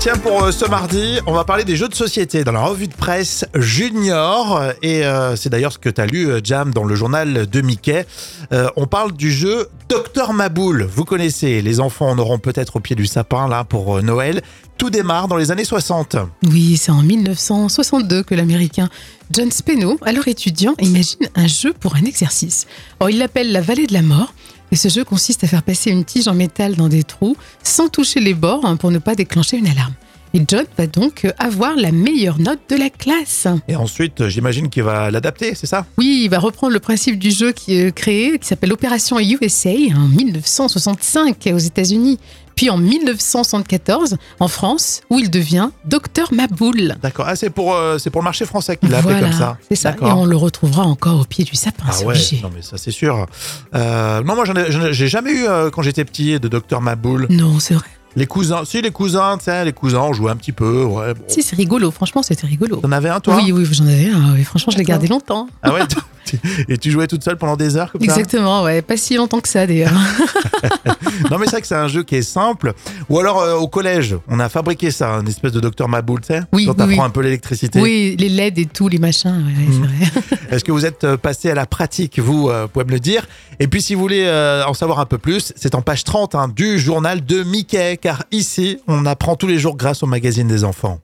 Tiens, pour euh, ce mardi, on va parler des jeux de société dans la revue de presse Junior. Et euh, c'est d'ailleurs ce que tu as lu, euh, Jam, dans le journal de Mickey. Euh, on parle du jeu Docteur Maboule. Vous connaissez, les enfants en auront peut-être au pied du sapin, là, pour euh, Noël. Tout démarre dans les années 60. Oui, c'est en 1962 que l'Américain John Speno, alors étudiant, imagine un jeu pour un exercice. Or, il l'appelle la vallée de la mort. Et ce jeu consiste à faire passer une tige en métal dans des trous sans toucher les bords hein, pour ne pas déclencher une alarme. Et John va donc euh, avoir la meilleure note de la classe. Et ensuite, euh, j'imagine qu'il va l'adapter, c'est ça Oui, il va reprendre le principe du jeu qui est créé, qui s'appelle Opération USA en 1965 aux États-Unis, puis en 1974 en France, où il devient Docteur Maboul. D'accord. Ah, c'est pour, euh, c'est pour le marché français qu'il l'a voilà, appelé comme ça. C'est ça. Et D'accord. on le retrouvera encore au pied du sapin, Ah c'est ouais, obligé. non mais ça c'est sûr. Euh, non, moi j'en ai- j'en ai- j'ai jamais eu euh, quand j'étais petit de Docteur Maboule. Non, c'est vrai. Les cousins, si les cousins, tu sais, les cousins, on jouait un petit peu, ouais. Bon. Si, c'est rigolo. Franchement, c'était rigolo. T'en avais un toi Oui, oui, j'en avais un. Oui, franchement, je l'ai gardé longtemps. Ah ouais tu- Et tu jouais toute seule pendant des heures comme ça Ah, Exactement, ouais. Pas si longtemps que ça, d'ailleurs. Non mais c'est vrai que c'est un jeu qui est simple. Ou alors euh, au collège, on a fabriqué ça, un espèce de Docteur Maboule, tu sais Oui, Quand oui, t'apprends oui. un peu l'électricité. Oui, les LED et tout, les machins. ouais, ouais, Mhm. c'est vrai. Est-ce que vous êtes euh, passé à la pratique Vous euh, pouvez me le dire. Et puis si vous voulez euh, en savoir un peu plus, c'est en page 30 hein, du journal de Mickey, car ici, on apprend tous les jours grâce au magazine des enfants.